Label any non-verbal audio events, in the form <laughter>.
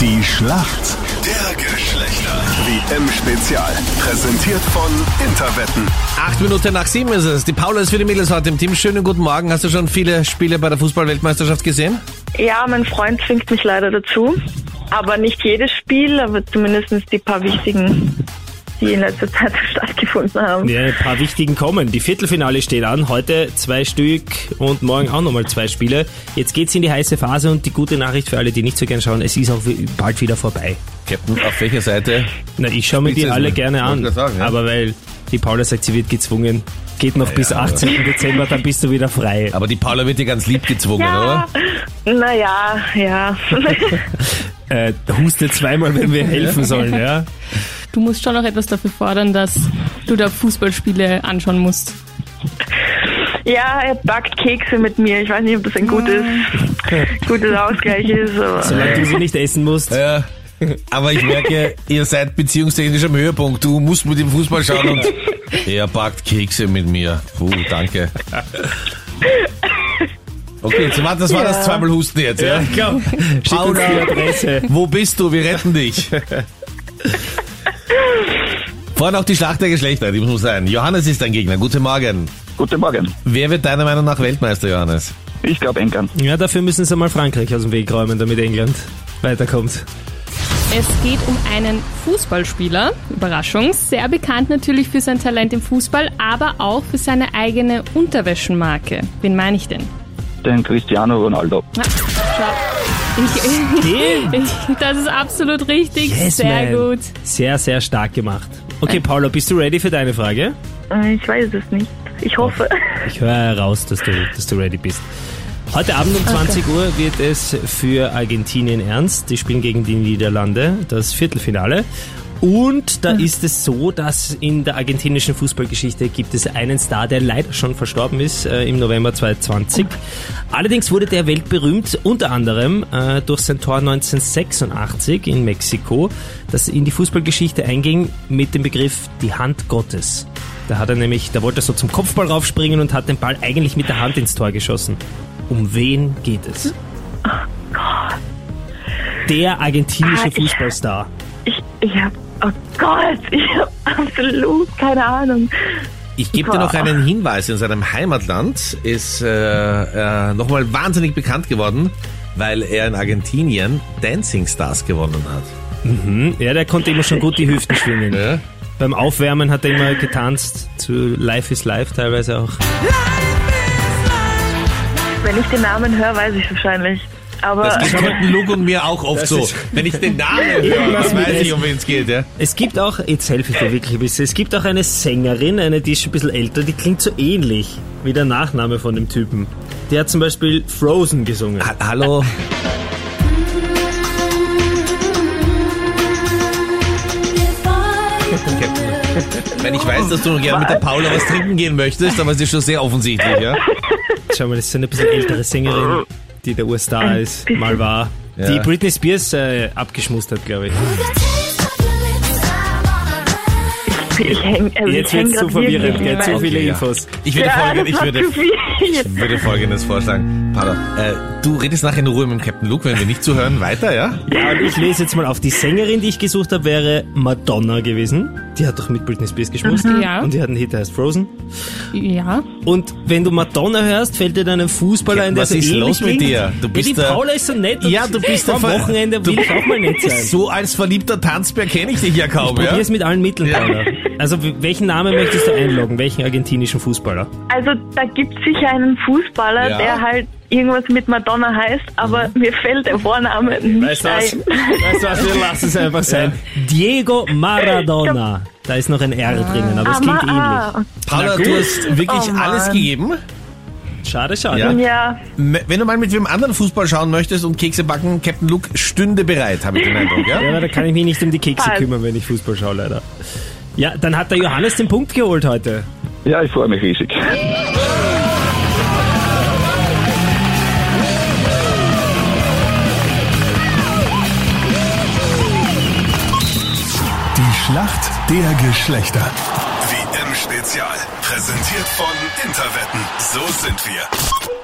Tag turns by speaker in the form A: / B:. A: Die Schlacht der Geschlechter. WM-Spezial. Präsentiert von Interwetten.
B: Acht Minuten nach sieben ist es. Die Paula ist für die Mädels heute im Team. Schönen guten Morgen. Hast du schon viele Spiele bei der Fußball-Weltmeisterschaft gesehen?
C: Ja, mein Freund zwingt mich leider dazu. Aber nicht jedes Spiel, aber zumindest die paar wichtigen, die in letzter Zeit <laughs> stattgefunden haben.
D: Ja, ein paar wichtigen kommen. Die Viertelfinale steht an. Heute zwei Stück und morgen auch nochmal zwei Spiele. Jetzt geht's in die heiße Phase und die gute Nachricht für alle, die nicht so gern schauen, es ist auch wie- bald wieder vorbei.
B: Captain, auf welcher Seite?
D: Na, ich schaue mir die
B: Spitze ist
D: alle
B: man.
D: gerne
B: Wollte
D: an.
B: gerade sagen, ja.
D: Aber weil die Paula sagt, sie wird gezwungen. Geht noch bis 18. Dezember, dann bist du wieder frei.
B: Aber die Paula wird dir ganz lieb gezwungen, oder?
C: Naja, ja. <laughs>
D: Äh, huste zweimal, wenn wir helfen sollen, ja?
E: Du musst schon noch etwas dafür fordern, dass du da Fußballspiele anschauen musst.
C: ja, er backt Kekse mit mir. Ich weiß nicht, ob das ein gutes,
D: <laughs>
C: gutes Ausgleich ist. Aber
D: Solange du sie nicht essen musst.
B: Ja. Aber ich merke, ihr seid beziehungstechnisch am Höhepunkt. Du musst mit dem Fußball schauen und er backt Kekse mit mir. Puh, danke. Okay, jetzt, warte, das war das zweimal Husten jetzt, ja?
D: Äh, komm, schick uns
B: Paula.
D: die Adresse.
B: Wo bist du? Wir retten dich. Vorhin auch die Schlacht der Geschlechter, die muss sein. Johannes ist dein Gegner. Guten Morgen.
F: Guten Morgen.
B: Wer wird deiner Meinung nach Weltmeister, Johannes?
F: Ich glaube England.
D: Ja, dafür müssen sie mal Frankreich aus dem Weg räumen, damit England weiterkommt.
E: Es geht um einen Fußballspieler, Überraschung, sehr bekannt natürlich für sein Talent im Fußball, aber auch für seine eigene Unterwäschenmarke. Wen meine ich denn?
F: Den Cristiano Ronaldo.
E: Ah, schau.
D: Geh!
E: Ich, <laughs> das ist absolut richtig,
D: Yes,
E: sehr
D: man.
E: gut.
D: Sehr, sehr stark gemacht. Okay, Paula, bist du ready für deine Frage?
C: äh, ich weiß es nicht. Ich hoffe. <laughs>
D: Ich höre heraus, dass du, dass du ready bist. Heute Abend um 20 Uhr wird es für Argentinien ernst. Die spielen gegen die Niederlande, das Viertelfinale. Und da ist es so, dass in der argentinischen Fußballgeschichte gibt es einen Star, der leider schon verstorben ist äh, im November 2020. Allerdings wurde der weltberühmt unter anderem äh, durch sein Tor 1986 in Mexiko, das in die Fußballgeschichte einging mit dem Begriff die Hand Gottes. Da hat er nämlich, da wollte er so zum Kopfball raufspringen und hat den Ball eigentlich mit der Hand ins Tor geschossen. Um wen geht es? Der
C: Ah,
D: argentinische
C: ich-
D: Fußballstar.
C: Ich, ich hab, oh Gott, ich hab absolut keine Ahnung.
B: Ich gebe dir noch einen Hinweis. In seinem Heimatland ist äh, äh, nochmal wahnsinnig bekannt geworden, weil er in Argentinien Dancing Stars gewonnen hat.
D: Hm? Ja, der konnte immer schon gut die Hüften schwingen. Beim Aufwärmen hat er immer getanzt zu Life is Life teilweise auch.
C: Wenn ich den Namen höre, weiß ich wahrscheinlich. Aber
B: Das geht Captain Luke und mir auch oft so. Wenn ich den <laughs> Namen höre,
D: Irgendwas
B: dann
D: mit
B: weiß ich,
D: S.
B: um wen es geht. Ja?
D: Es gibt auch, jetzt helfe ich dir wirklich ein bisschen, es gibt auch eine Sängerin, eine, die ist schon ein bisschen älter, die klingt so ähnlich wie der Nachname von dem Typen. Die hat zum Beispiel Frozen gesungen.
B: Ha- Hallo? Wenn ich weiß, dass du gerne mit der Paula was trinken gehen möchtest, aber es ist schon sehr offensichtlich, ja?
D: Schau mal, das ist so eine bisschen ältere Sängerin, die der Urstar ist, mal war.
B: Ja.
D: Die Britney Spears äh, abgeschmust hat, glaube ich.
C: <laughs> ich häng, also
D: Jetzt
C: ich häng
D: wird's zu
C: grad
D: verwirrend,
C: wirklich
D: gell?
C: in
D: Zu
C: meinem-
D: viele
B: Okay, ja.
D: Infos.
B: Ich würde,
C: Ja,
B: folgen,
C: das
B: ich
C: war
B: würde,
C: zu
D: <laughs>
C: viel.
B: ich würde folgendes vorschlagen. Paula, äh, du redest nachher in Ruhe mit dem Captain Luke, wenn wir nicht zuhören, weiter, ja?
D: Ja, und ich lese jetzt mal auf. Die Sängerin, die ich gesucht habe, wäre Madonna gewesen. Die hat doch mit Britney Spears geschmust.
E: Ja.
D: Und die hat einen Hit, der heißt Frozen.
E: Ja,
D: Und wenn du Madonna hörst, fällt dir dann ein Fußballer ein, der
B: Was
D: so
B: ist
D: ähnlich
B: los mit
D: klingt.
B: dir? Du bist
D: ja, die
B: der-
D: Paula ist so nett. Und
B: Ja, du bist
D: am
B: der Ver-
D: Wochenende
B: du-
D: will ich auch mal nett sein.
B: So als verliebter Tanzbär kenne ich dich ja kaum, ja?
D: Probier's mit allen Mitteln,
B: Ja.
D: Paula. Also w- welchen Namen möchtest du einloggen? Welchen argentinischen Fußballer?
C: Also da gibt es sicher einen Fußballer,
B: Ja.
C: der halt irgendwas mit Madonna heißt, aber mir fällt der Vorname nicht ein.
D: Mhm. Weißt du was? Wir lassen es einfach sein. Diego Maradona. Da ist noch ein R drinnen, aber es klingt ähnlich.
C: ah,
B: Paula,
D: Na gut.
B: du hast wirklich
C: Oh Mann.
B: alles gegeben.
C: ah.
D: Schade, schade.
B: Ja.
C: ja,
B: M- Wenn du mal mit wem anderen Fußball schauen möchtest und Kekse backen, Captain Luke stünde bereit, habe ich den Eindruck, ja?
D: Ja, aber da kann ich mich nicht um die Kekse
C: Passt.
D: kümmern, wenn ich Fußball schaue, leider. Ja, dann hat der Johannes den Punkt geholt heute.
F: Ja, ich freue mich riesig.
A: Die Schlacht der Geschlechter. WM-Spezial. Präsentiert von Interwetten. So sind wir.